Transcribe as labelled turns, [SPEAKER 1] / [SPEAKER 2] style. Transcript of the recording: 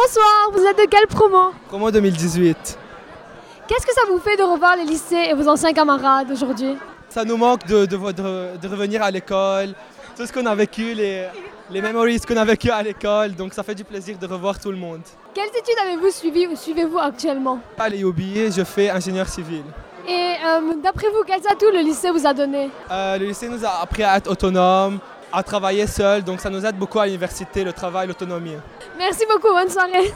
[SPEAKER 1] Bonsoir, vous êtes de quelle promo
[SPEAKER 2] Promo 2018.
[SPEAKER 1] Qu'est-ce que ça vous fait de revoir les lycées et vos anciens camarades aujourd'hui
[SPEAKER 2] Ça nous manque de, de, de- de revenir à l'école, tout ce qu'on a vécu, les, les memories qu'on a vécu à l'école, donc ça fait du plaisir de revoir tout le monde.
[SPEAKER 1] Quelles études avez-vous suivies ou suivez-vous actuellement
[SPEAKER 2] À les hobbies, je fais ingénieur civil.
[SPEAKER 1] Et euh, d'après vous, quels atouts le lycée vous a donné
[SPEAKER 2] Euh, le lycée nous a appris à être autonome, à travailler seul, donc ça nous aide beaucoup à l'université, le travail, l'autonomie.
[SPEAKER 1] Merci beaucoup, bonne soirée.